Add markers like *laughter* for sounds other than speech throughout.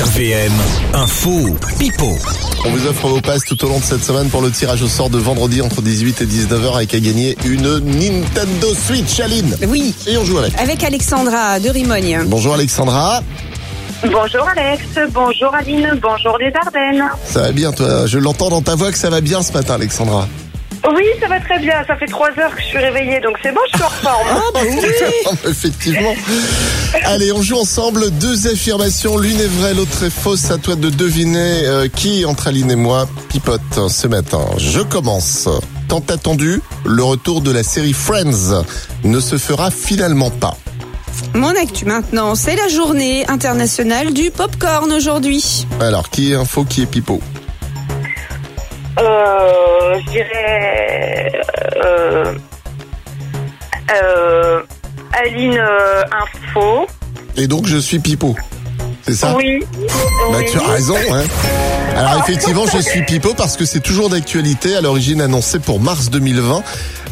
RVM, info, pipo. On vous offre vos passes tout au long de cette semaine pour le tirage au sort de vendredi entre 18 et 19h avec à gagner une Nintendo Switch, Aline. Oui, Et on joue avec. avec Alexandra de Rimogne. Bonjour Alexandra, Bonjour Alex, bonjour Aline, bonjour les Ardennes. ça va bien toi Je l'entends dans ta voix que ça va bien ce matin Alexandra. Oui, ça va très bien, ça fait trois heures que je suis réveillée, donc c'est bon, je suis en forme. *laughs* Effectivement. Allez, on joue ensemble deux affirmations, l'une est vraie, l'autre est fausse. À toi de deviner euh, qui entre Aline et moi pipote ce matin. Je commence. Tant attendu, le retour de la série Friends ne se fera finalement pas. Mon actu maintenant, c'est la journée internationale du popcorn aujourd'hui. Alors, qui est info, qui est pipo Euh, je dirais... Euh, euh, Aline euh, Info. Et donc je suis Pipo. C'est ça Oui. Bah oui. tu as raison. Hein Alors Ah, effectivement, je suis Pipo parce que c'est toujours d'actualité. À l'origine annoncé pour mars 2020,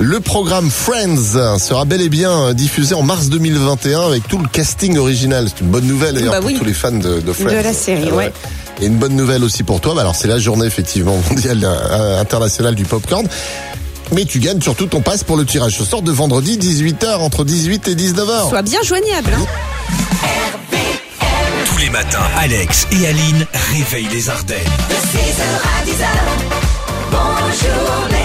le programme Friends sera bel et bien euh, diffusé en mars 2021 avec tout le casting original. C'est une bonne nouvelle d'ailleurs Bah pour oui. tous les fans de, de Friends. De la série, Euh, ouais. Et une bonne nouvelle aussi pour toi. Bah, Alors c'est la journée effectivement mondiale euh, internationale du popcorn. Mais tu gagnes surtout ton passe pour le tirage au sort de vendredi 18h entre 18 et 19h. Sois bien joignable. hein. Tous les matins, Alex et Aline réveillent les Ardennes. De 6h à 10h, bonjour les